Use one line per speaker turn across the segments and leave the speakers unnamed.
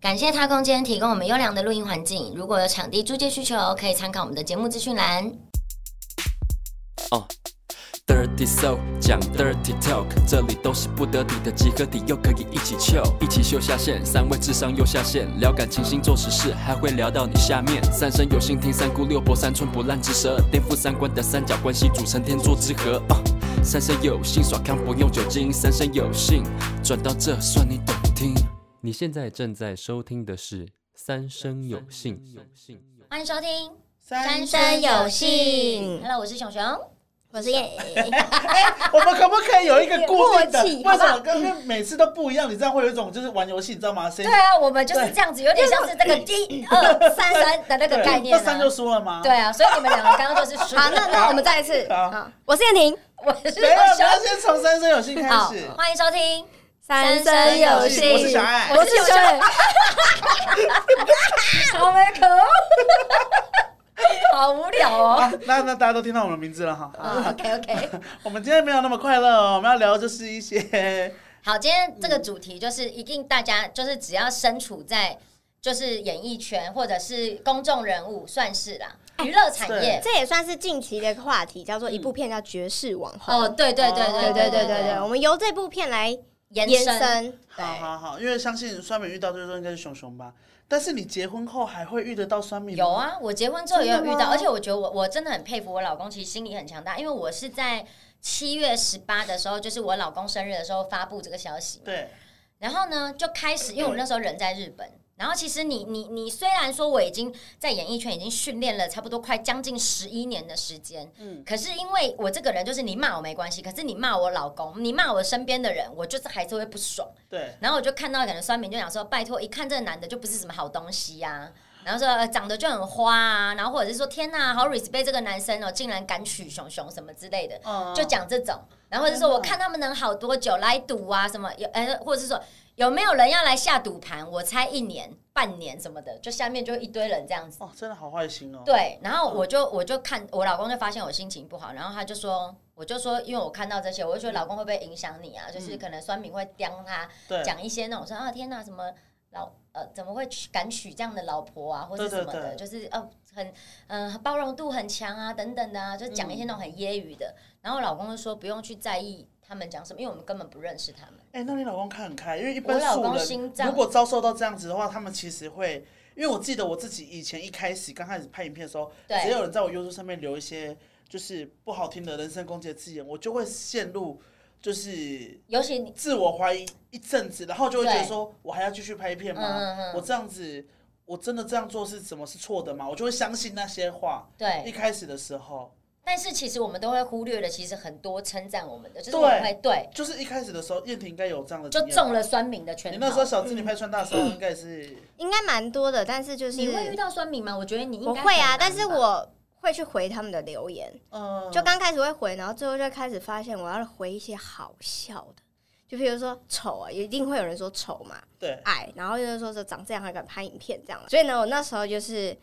感谢他空间提供我们优良的录音环境。如果有场地租借需求，可以参考我们的节目资讯栏。
Dirty Soul 讲 Dirty Talk，这里都是不得体的集合体，又可以一起 chill，一起秀下限，三位智商又下线，聊感情、星座、时事，还会聊到你下面。三生有幸听三姑六婆，三寸不烂之舌，颠覆三观的三角关系组成天作之合。啊、三生有幸耍康不用酒精，三生有幸转到这算你懂听。你现在正在收听的是《三生有幸》。
欢迎收听《
三
，Hello，我是熊熊。
我是 燕，
我们可不可以有一个固定的？
默契
为什
好
么跟跟每次都不一样？你这样会有一种就是玩游戏，你知道吗？谁
对啊，我们就是这样子，有点像是那 个一二三三的那个
对
概念、
那三就
啊。
输了吗？
对，啊，所以你们两个刚刚都是 输。
好， 那那我们再一次。
好，
好
我是燕婷，
我是
没有，我
小
要先从三生有幸开
好
始。，
欢迎收 听，
三生有
我是
幸
小。爱，
我是
我是
小爱，
好没可恶，好无聊哦。
啊，那那大家都听到我们的名字了哈。
啊
OK OK，
我们今天没有那么快乐哦，我们要聊就是 一些
好，今天这个主题就是一定大家就是只要身处在就是演艺圈或者是公众人物，算是啦，
啊
娱乐产业。
这也算是近期的一个话题，叫做一部片叫《绝世网红》。
哦，对对对
对
对
对对对对，我们由这部片来
对，
延
延伸。
伸。
好好好，因为相信酸美遇到最多应该是熊熊吧。但是你结婚后还会遇得到酸美吗
有，啊，我结婚之后也有遇
真的
到，
吗
而且我觉得我我真的很佩服我老公，其实心理很强大，因为我是在七月十八的时候，就是我老公生日的时候发布这个消息，
对，
然后呢就开
嗯
始，因为我那时候人在日本。然后其实你你你虽然说我已经在演艺圈已经训练了差不多快将近十一年的时间，
嗯
可是因为我这个人就是你骂我没关系，可是你骂我老公，你骂我身边的人，我就是还是会不爽。
对，
然后我就看到可能酸民就想说，拜托，一看这个男的就不是什么好东西呀、然后说、呃长得就很花啊，然后或者是说天呐，好 respect 这个男生哦，竟然敢娶熊熊什么之类的，
嗯
就讲这种。然后或者说我看他们能好多久来赌啊什么，有呃，或者是说有没有人要来下赌盘？我猜一年、半年什么的，就下面就一堆人这样子。
哦，真的好坏心哦。
对，然后我就我就看我老公就发现我心情不好，然后他就说，我就说，因为我看到这些，我就觉
嗯
得老公会不会影响你啊？就是可能酸民会刁他，
对
讲一些那种说啊天哪，什么老呃怎么会娶敢娶这样的老婆啊，或者
对对
什么的，
对
就是呃很嗯、呃包容度很强啊等等的啊，就讲一些那种
嗯
很揶揄的。然后老公就说不用去在意他们讲什么，因为我们根本不认识他们。
哎、那你老公看很开，因为一般
我老
素
公
人
心脏
如果遭受到这样子的话，他们其实会，因为我记得我自己以前一开始刚开始拍影片的时候，
对
只要有人在我 YouTube 上面留一些就是不好听的人身攻击的字眼，我就会陷入就是
尤其你
自我怀疑一阵子，然后就会觉得
对
说我还要继续拍片吗？
嗯嗯嗯
我这样子，我真的这样做是怎么是错的吗？我就会相信那些话。
对
一，开始的时候，
但是其实我们都会忽略了，其实很多称赞我们的，就是
对
我们会对
就是一开始的时候，燕婷应该有这样的经
就
验吧
中了。嗯酸民的
你
圈
那时
套。
候小智，你拍穿大时候应该也是。
应该蛮多的，但是就是
你会遇到酸民吗？我觉得你应该
我会啊，
很难吧
但是我会去回他们的留言，
嗯，
就刚开始会回，然后最后就开始发现我要回一些好笑的，就比如说丑啊，一定会有人说丑嘛，
对，
矮，然后就是说是长这样还敢拍影片这样，所以呢，我那时候就是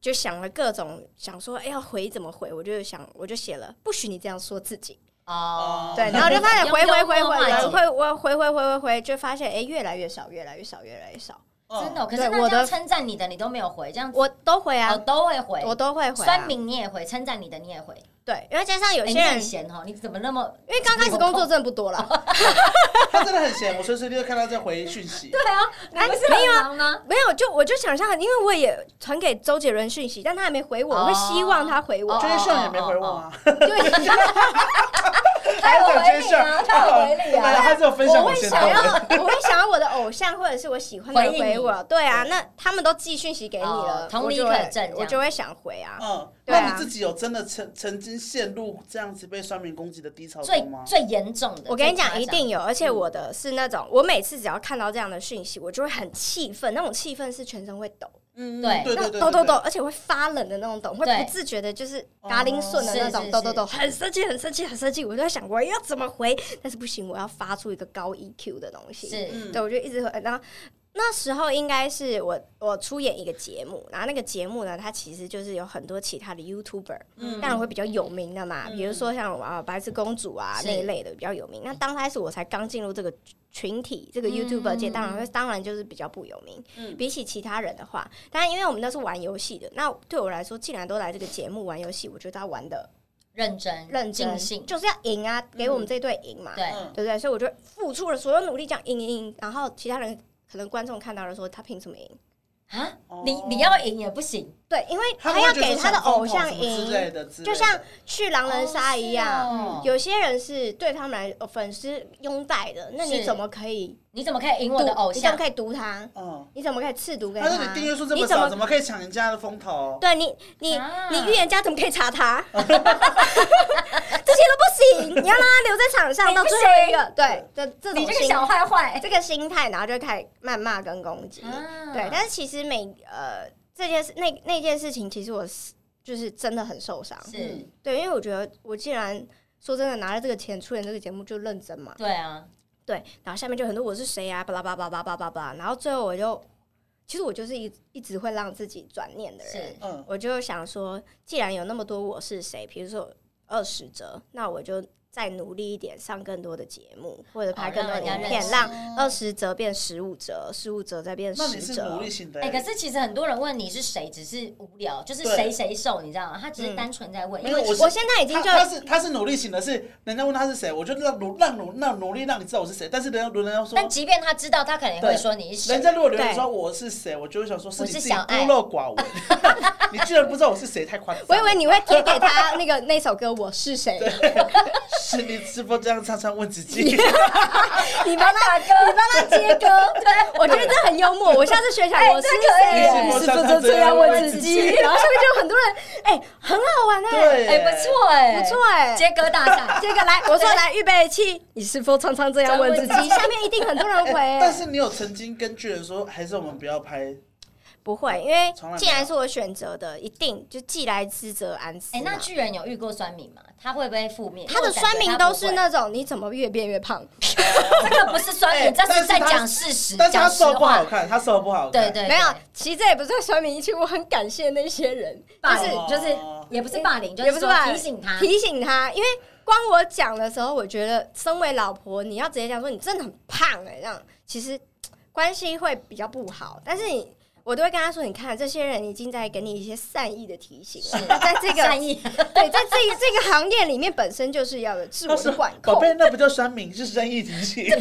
就想了各种想说，哎、要回怎么回？我就想，我就写了，不许你这样说自己。
哦，
对，然后就发现
用
回回
幽默
回
化
回
解
回回我回回回回回，就发现哎、越来越少，越来越少，越来越少。
嗯
真的哦、可是
对
那
我
这样
的
称赞你的你都没有回，这样子
我都回
我
啊，
都会回，
我都会回、啊。
酸民你也回，称赞你的你也回。
对，因为加上有
哎
些
你很
人，
闲哦，你怎么那么？
因为刚开始工作真的不多了，
他真的很闲，我随时随地都看到在回讯息。
对啊，你不是很忙吗？
哎没有就我就想象，因为我也传给周杰伦讯息，但他还没回我，我会希望他回我。
哦
追秀也没回我啊，
哦
他有回你啊，他有回你
对
啊。
他只有分享
我
我
会
先
想
到
要
的。，
我会想要我的偶像或者是我喜欢的人回我，对啊，那他们都寄讯息给你了
哦，同理
我就会
可证这样哦
我就会想回啊。
嗯，
对啊
那你自己有真的曾曾经陷入这样子被酸民攻击的低潮
最
中吗？
最严重的，
我跟你
最夸
讲，
张嗯
一定有，而且我的是那种，我每次只要看到这样的讯息，我就会很气愤，那种气愤是全身会抖，
嗯，
对
对
那
对
种
对，
抖
对
抖抖，，而且会发冷的那种抖，会
对
不自觉的就是嘎铃顺的那
哦是
种
是
抖抖抖，很生气，很生气，很生气，我就在想我要怎么回，但是不行，我要发出一个高 EQ 的东西，
是
嗯
对，我就一直回，然后那时候应该是我我出演一个节目，然后那个节目呢，它其实就是有很多其他的 YouTuber，
嗯
当然会比较有名的嘛，
嗯
比如说像啊白雪公主啊
是
那一类的比较有名。那刚开始我才刚进入这个群体，这个
嗯
YouTuber 界，
嗯
当然会当然就是比较不有名。
嗯
比起其他人的话，当然因为我们那是玩游戏的，那对我来说，既然都来这个节目玩游戏，我觉得要玩的
认真、
认真
尽，兴，
就是要赢啊，给我们这一队赢嘛，
对，
嗯
对不对？所以我就付出了所有努力，这样赢赢赢，然后其他人可能观众看到了说他凭什么赢？
啊，
哦
你你要赢也不行，
对，因为
他
他
们
要
会觉得
给他的
想疯
偶像
狂什么之类
赢，
的之类的，
就像去狼人杀一样。
哦是哦
有些人是对他们来呃粉丝拥戴的，那你
是
怎么可以
你怎么可以赢
毒？
我的偶
你怎么
像？
可以毒他？
嗯，
你怎么可以刺毒给他？
但是你订阅数这
啊你
么
怎
少，
么
怎么可以抢人家的风头？
对你你、
啊
你预言家怎么可以查他？ 这些都不行，你要让他留在场上
你
到
不
最后一个。对，这这
你
种
这个
心
小坏坏，
这个心态，然后就开始谩骂跟攻击。
啊
对，但是其实每呃这件事那那件事情，其实我是就是真的很受伤。
是，
对，因为我觉得我既然说真的拿了这个钱出演这个节目，就认真嘛。
对啊，
对，然后下面就很多我是谁啊，巴拉巴拉巴拉巴拉巴拉巴拉，然后最后我就，其实我就是一一直会让自己转念的人
是，
嗯，
我就想说，既然有那么多我是谁，比如说二十折，那我就再努力一点，上更多的节目或者拍
哦
更多
让
的
人家认
嗯
影片，
识
让二十折变十五折，十五折再变
那你
十
是
折
努力。型的
哎、
欸，
可是其实很多人问你是谁，只是无聊，就是
对
谁谁瘦，你知道吗？他只是
嗯
单纯在问，
没
因
有
为
我
我现在已经
他
就
他是他是努力型的是，人家问他是谁，我就让努让努让努力让你知道我是谁，但是人家人家说
但即便他知道，他可能也会说你是谁。
人家如果留言
对
说我是谁，我就会想说是
我
你
是
自己
小
孤
爱
陋寡闻， 你居然不知道我是谁，太夸张了。
我以为你会贴给他那个那 首歌《我是谁》，
是你是否这样常常问自己？
你帮他你帮他接歌，对我觉得这很幽默。我下次学起
哎
来，我是谁？
你是否常这样问自己？
然后下面就有很多 人，哎、很好玩 哎、
对，哎
哎、不错哎、
不错哎、
接歌大战。
这个来，我说来预备起，你是否常常这样问自己？ 下面一定很多人回、
哎。但是你有曾经跟巨人说，还是我们不要拍？
不会，因为
从来没有
既然是我选择的，一定就既来之则安之
哎、
嘛。
那巨人有遇过酸民吗？他会不会负面？
他
因
的
为我感觉
酸民都是
他
那种你怎么越变越胖？
不会，这个不是酸
哎
民，这
但
是
是
在
他
讲事实，
但是他
讲实
瘦不好
话。
看，他瘦不好看。
对对，对
没有，其实这也不算酸民，其实我很感谢那些人，
霸
就是
凌
哦
就是也不是霸凌，就
也不
是
是
说
霸凌
提醒他，
提醒他，因为光我讲的时候，我觉得身为老婆，你要直接讲说你真的很胖哎、欸，这样其实关系会比较不好。但是你，我都会跟他说，你看这些人已经在给你一些善意的提醒了，在这个
善意。
对，在这个这个行业里面，本身就是要有自我
他说
的管：“控
宝。贝，那不叫酸民，是生意提醒。”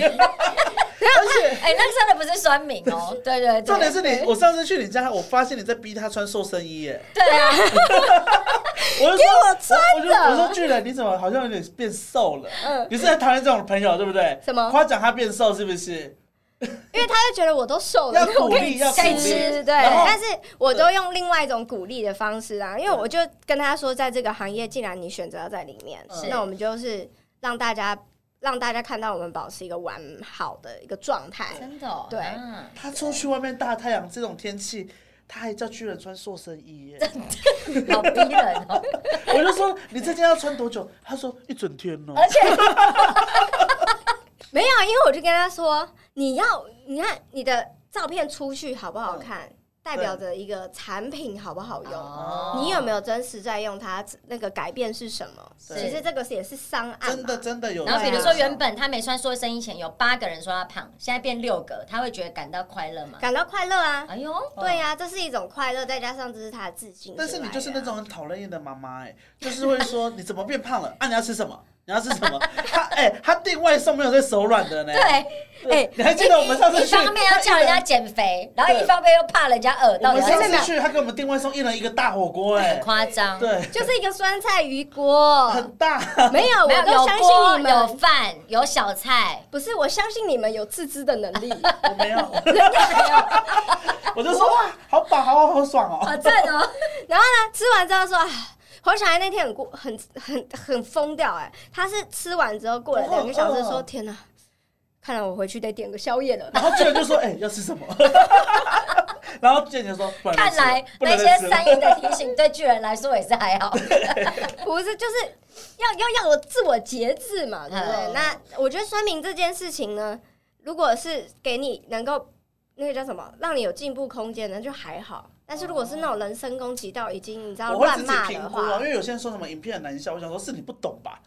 哎、那真的不是酸民哦，对对对。
重点是你，我上次去你家，我发现你在逼他穿瘦身衣耶。
对啊，
我就说，我
穿
我就
的
我说巨人，你怎么好像有点变瘦了？
嗯，
你是在讨厌这种朋友对不对？
什么
夸奖他变瘦是不是？
因为他就觉得我都瘦了，
要
那我
鼓
可以
励，要鼓
再
该
励。
吃对，
然后
但是我都用另外一种鼓励的方式啊，因为我就跟他说，在这个行业，既然你选择要在里面
是，
那我们就是让大家让大家看到我们保持一个完好的一个状态。
真的、哦、
对
啊
他出去外面大太阳这种天气，他还叫巨人穿塑身衣耶。
好逼人 哦。
我就说你这件要穿多久？他说一整天 哦。
而且
没有，啊因为我就跟他说，你要你看你的照片出去好不好
嗯
看，代表着一个产品好不好用。
哦
你有没有真实在用它？那个改变是什么？
是
其实这个是也是商案嘛，
真的真的有。
然后比如说，原本他没穿塑身衣前有八个人说他胖，现在变六个，他会觉得感到快乐 吗？
感到快乐啊！
哎呦，
对呀、这是一种快乐，再加上这是他的自信。
但是你就是那种，很讨人厌的妈妈哎，就是会说你怎么变胖了？啊，你要吃什么？你要吃什么？他哎，他订外送没有在手软的呢。
对，
哎
你还记得我们上次
一
去，
方面要叫人家减肥，然后一方面又怕人家饿，
我
到底要
们
怎
上
么
次
样
去，他给我们订外送，一人一个大火锅
很
哎，
夸张，
对，
就是一个酸菜鱼锅，
很大。
没有，
没
我
有
都
有
相信
锅
你
有
们，
饭有小菜，
不是我相信你们有自知的能 力。
我没有， 我就说哇，好饱，好好好爽
好
哦。
赞哦！
然后呢，吃完之后说，啊，黄小孩那天很过，很很很疯掉哎、他是吃完之后过了两个小时
哦
说，
哦
天哪，看来我回去得点个宵夜了。
然后巨人就说：“哎，要吃什么？” 然后健健说：“不能再
看
吃了
来
不
那
能
些
再吃了
善意的提醒对巨人来说也是还好，
不是，就是要要要我自我节制嘛，对不对？
嗯
那我觉得酸民这件事情呢，如果是给你能够那个叫什么，让你有进步空间的就还好。但是如果是那种人身攻击到已经你知道
我会
乱
自己
骂
评
的
估啊，
话
因，为有些人说什么影片很难笑，我想说是你不懂吧？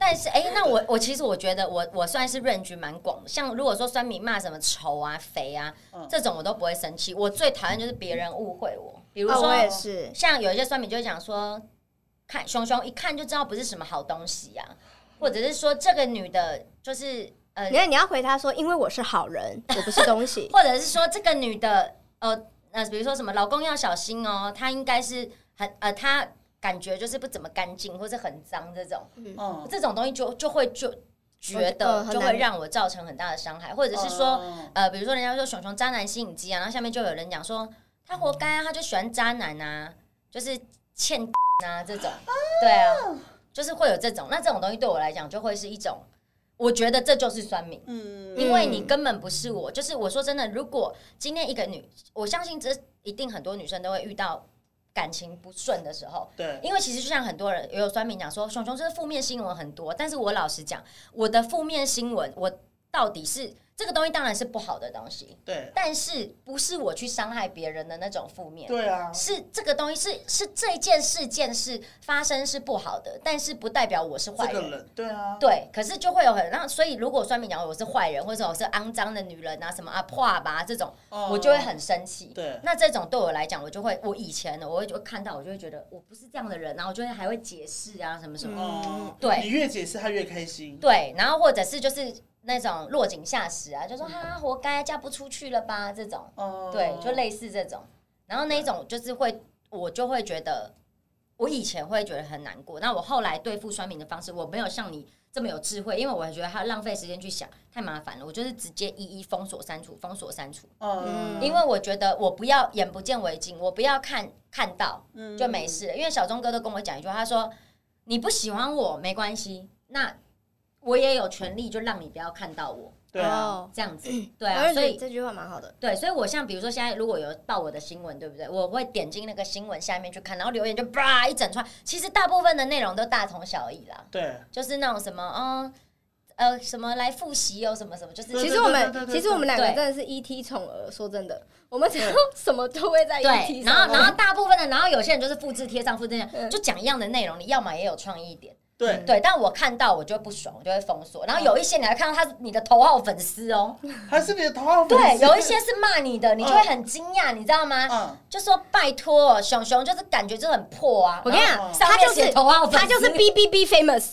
但是，哎、那我我其实我觉得我我算是 range 蛮广的，像如果说酸民骂什么丑啊、肥啊、
嗯
这种，我都不会生气。我最讨厌就是别人误会我，比如
哦，
说、
我也是，
像有一些酸民就会讲说，看熊熊一看就知道不是什么好东西呀、啊，或者是说这个女的就是呃。
你，看你要回他说，因为我是好人，我不是东 西
或者是说这个女的呃呃，比如说什么老公要小心哦，她应该是很呃她感觉就是不怎么干净或是很脏这种。
嗯，
这种东西就就会就觉
呃
得
很
就
难
会让我造成很大的伤害，或者是说，
嗯
呃，比如说人家说熊熊渣男吸引机啊，然后下面就有人讲说他活该啊，他就喜欢渣男啊，就是欠啊这种，对啊，就是会有这种。那这种东西对我来讲就会是一种，我觉得这就是酸民。
嗯，
因为你根本不是我，就是我说真的，如果今天一个女，我相信这一定很多女生都会遇到感情不顺的时候，
对，
因为其实就像很多人也有酸民讲说，熊熊就是负面新闻很多，但是我老实讲，我的负面新闻我到底是这个东西当然是不好的东西，
对，
但是不是我去伤害别人的那种负面。
对啊，
是这个东西是是这件事件是发生是不好的，但是不代表我是
这
坏人。
个人，对啊，
对，可是就会有很让，所以如果酸民讲我是坏人，或者我啊是肮脏的女人啊，什么啊破吧这种，
嗯
我就会很生气。
对
那这种对我来讲，我就会，我以前呢，我会就会看到，我就会觉得我不是这样的人，然后我就会还会解释啊，什么什么。
嗯，
对
你越解释他越开心，
对，然后或者是就是那种落井下石啊，就说哈活该嫁不出去了吧这种，
哦，
对，就类似这种。然后那一种就是会，我就会觉得，我以前会觉得很难过。那我后来对付酸民的方式，我没有像你这么有智慧，因为我觉得还浪费时间去想，太麻烦了。我就是直接一一封锁删除，封锁删除。
嗯，
因为我觉得我不要眼不见为净，我不要看看到就没事了。因为小钟哥都跟我讲一句话，他说：“你不喜欢我没关系，那我也有权利就让你不要看到我
对啊，
哦，
这样子。”对
我
啊，所
就觉得
以
这句话蛮好的。
对，所以我像比如说现在如果有报我的新闻，对不对？我会点进那个新闻下面去看，然后留言就叭一整串。其实大部分的内容都大同小异啦，
对，
就是那种什么嗯呃什么来复习哦什么什么，就是
对啊
其实我
对对对
们
对
其实我们两个
对
真的是 ET 宠儿，说真的，我们只要什么都会在 ET
对，然
上
后
面。
然后大部分的，然后有些人就是复制贴上，复制贴上
嗯
就讲一样的内容，你要么也有创意一点，
对，
对。但我看到我就会不爽，我就会封锁。
嗯
然后有一些你还看到他是你的头号粉丝哦，
还是你的头号粉
对，
丝
有一些是骂你的，你就会
嗯
很惊讶，你知道吗？
嗯，
就说拜托，哦熊熊就是感觉就很破啊。
我跟你
然后
讲，
哦
上
他
面
就是
写头号粉丝
他就是 B B B famous，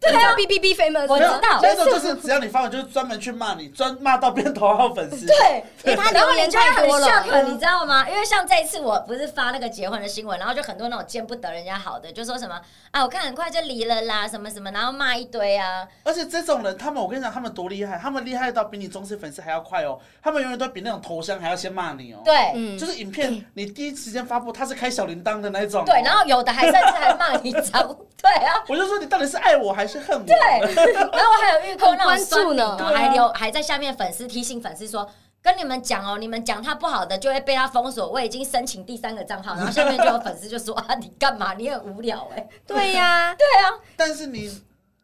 对啊，B B B famous，
我
没
知
有
道
那种就是只要你发文，就是专门去骂你，专骂到变头号粉 丝。
对，
因为他
然后
留
你
言
就会
太
很
多了嗯
shock，你知道吗？因为像这一次我不是发那个结婚的新闻，然后就很多那种见不得人家好的，就说什么啊，我看很快就离了啦，什么什么，然后骂一堆啊。
而且这种人，他们我跟你讲，他们多厉害，他们厉害到比你忠实粉丝还要快哦，他们永远都比那种头像还要先骂你哦。，
对，
嗯
就是影片你第一时间发布，他是开小铃铛的那一种哦。
对，然后有的还甚至还骂你脏， 对啊，
我就说你到底是爱我还是恨我？
对。然后我还有遇过那种
很关
酸
注
民
呢
哦，还留还在下面粉丝提醒粉丝
啊
说。跟你们讲哦，你们讲他不好的就会被他封锁。我已经申请第三个账号，然后下面就有粉丝就说啊，你干嘛？你很无聊哎、
对呀，
但是你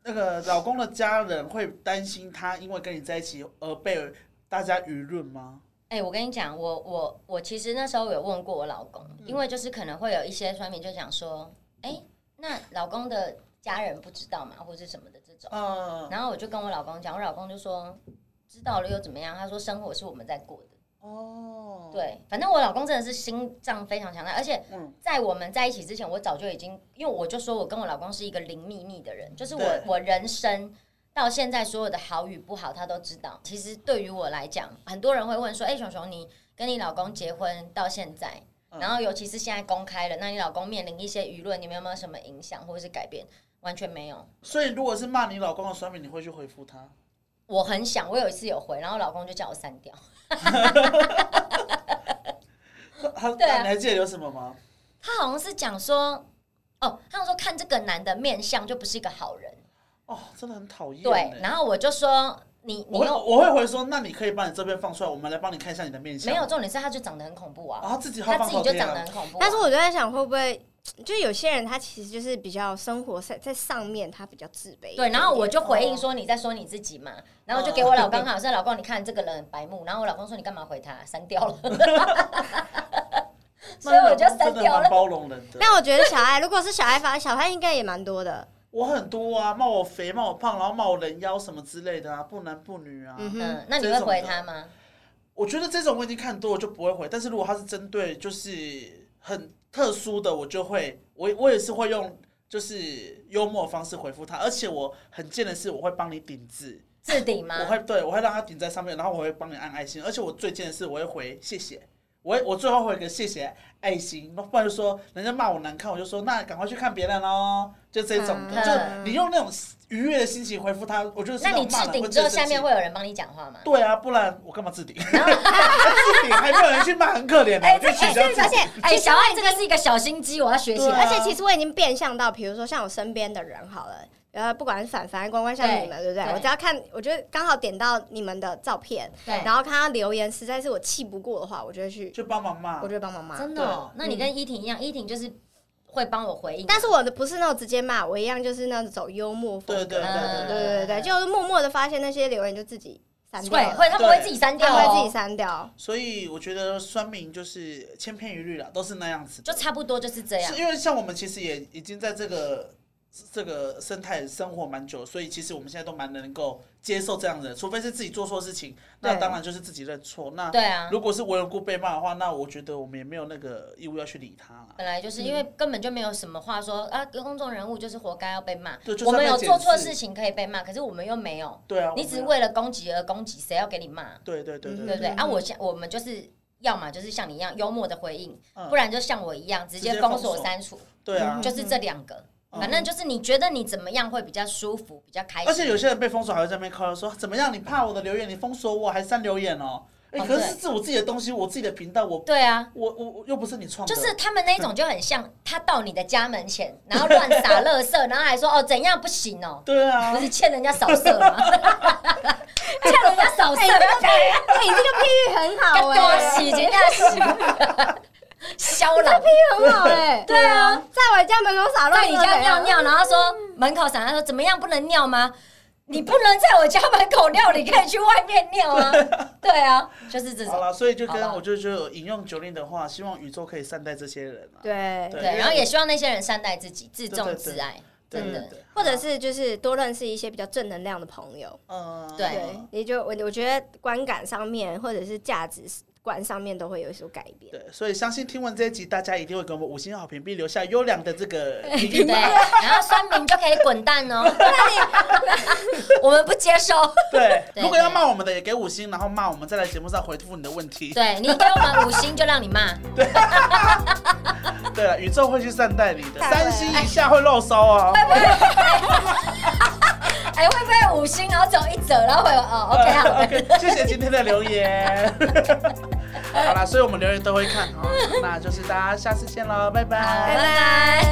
那个老公的家人会担心他因为跟你在一起而被大家舆论吗？
哎、我跟你讲，我我我其实那时候有问过我老公，
嗯
因为就是可能会有一些酸民就讲说，哎、那老公的家人不知道嘛，或是什么的这种。
哦
嗯，
然后我就跟我老公讲，我老公就说知道了又怎么样？他说生活是我们在过的。
哦，，
对，反正我老公真的是心脏非常强大，而且
嗯
在我们在一起之前，我早就已经，因为我就说我跟我老公是一个零秘密的人，就是我
对
我人生到现在所有的好与不好，他都知道。其实对于我来讲，很多人会问说：“哎、熊熊，你跟你老公结婚到现在，
嗯
然后尤其是现在公开了，那你老公面临一些舆论，你们有没有什么影响或者是改变？”完全没有。
所以如果是骂你老公的酸民，你会去回复他？
我很想，我有一次有回，然后老公就叫我删掉。
他、
对啊
你还记得有什么吗？
他好像是讲说，哦，他好像说看这个男的面相就不是一个好人。
哦，真的很讨厌欸。
对，然后我就说你你
我会
又
我会回说，那你可以把你这边放出来，我们来帮你看一下你的面相。
没有重点是他就长得很恐怖
啊，
啊，
他自己好
他
放
自己
照
就
片
长得
啊。
很恐怖啊、
但是我就在想，会不会就是有些人他其实就是比较生活在在上面，他比较自卑一点
对，
点。
然后我就回应
哦，
说你在说你自己嘛，
哦
然后就给我老公看，我说老公你看这个人很白目，然后我老公说你干嘛回他，删掉 了，所以我就删
真的
掉
蛮
了。
包容人的。
但我觉得小爱，如果是小爱发，小爱应该也蛮多的。
我很多啊，骂我肥，骂我胖，然后骂我人妖什么之类的啊，不男不女啊。
嗯哼，
嗯，那你会回他吗？
我觉得这种我已经看多了就不会回，但是如果他是针对就是很特殊的，我就会我我也是会用就是幽默的方式回复他，而且我很贱的是我会帮你顶字，
置顶吗？
我会对我会让他顶在上面，然后我会帮你按爱心，而且我最贱的是我会回谢谢。我会我最后回个谢谢爱心，不然就说人家骂我难看，我就说那赶快去看别人哦，就这种的，
嗯
就你用那种愉悦的心情回复他，我觉得是
那你
种骂
置
人
顶
会
之后，
最生
下面
气
会有人帮你讲话吗？
对啊，不然我干嘛 置顶？置顶还没有人去骂，很可怜的。我就取消置
而
顶。
且
哎、小爱这个是一个小心机，我要学习
对。啊
而且其实我已经变相到，比如说像我身边的人好了，然后不管是反凡、关关像你们，对不对？
对
我只要看，我觉得刚好点到你们的照片，
啊
对，
然后看他留言，实在是我气不过的话，我就会去，
就帮忙骂
我，就会帮忙骂。
真的、哦，那你跟依婷一样，依婷就是会帮我回应，
但是我的不是那种直接骂，我一样就是那种走幽默风格。
对对
对
嗯
对对对，就是默默的发现那些留言就自己删掉
会
了，
会，他们会自己删掉、
他
哦，
们会自己删掉。
所以我觉得酸民就是千篇一律啦，都是那样子的。
就差不多就是这样
是。因为像我们其实也已经在这个这个生态生活蛮久，所以其实我们现在都蛮能够接受这样的人，除非是自己做错事情，那
对
当然就是自己认错。那
对啊，
如果是无缘无故被骂的话，那我觉得我们也没有那个义务要去理他啦。
本来就是因为根本就没有什么话说啊，公众人物就是活该要被骂
对就。是
我们
要被
有做错
检视
事情可以被骂，可是我们又没有。
对啊，
你
我
只
没有
为了攻击而攻击，谁要给你骂？
对对对对
对不对？
嗯
啊，我像我们就是要么就是像你一样幽默的回应，
嗯
不然就像我一样直
直
接
接
封
封
锁
锁
删除，
对啊
嗯，
就是这两个。
嗯
反正就是你觉得你怎么样会比较舒服，比较开心。
而且有些人被封锁还会在那边靠说怎么样？你怕我的留言，你封锁我还删留言哦？哎、
哦
可
对
是是我自己的东西，我自己的频道，我
对啊，
我我我又不是你创的，
就是他们那一种就很像他到你的家门前，然后乱撒垃圾，然后还说哦怎样不行哦，
对啊
不，是欠人家扫射吗？欠人家扫射，
哎，你这个比喻，哎，你这个比喻很 好
多
哎，
洗人家洗，肖朗
比喻很好哎。 对啊，在我家门口撒
在
乱
你
你
家尿尿，然后说门口闪，他说怎么样不能尿吗？你不能在我家门口尿，你可以去外面尿啊。对啊，就是这
好
种。
了，所以就
好
跟
吧
我就就引用九令的话，希望宇宙可以善待这些人啊，
对
对
对，然后也希望那些人善待自己，自
对
重
对对
自爱。
对
真
对
的
对，
或者是就是多认识一些比较正能量的朋友。
嗯，
对
对，也就我我觉得观感上面或者是价值观上面都会有所改变。
对，所以相信听完这一集，大家一定会给我们五星好评，并留下优良的 这个
对，
评价。
然后酸民就可以滚蛋哦。我们不接受。
对，
对
如果要骂我们的，也给五星，然后骂我们，再来节目上回复你的问题。
对你给我们五星，就让你骂。
对啊了，宇宙会去善待你的，
当
三
然
星以下会漏收哦。
哎，会不会五星，然后只有一折，然后会有哦，OK，好 的。
OK，谢谢今天的留言。好啦，所以我们留言都会看哦。那就是大家下次见喽，拜拜
好，拜拜。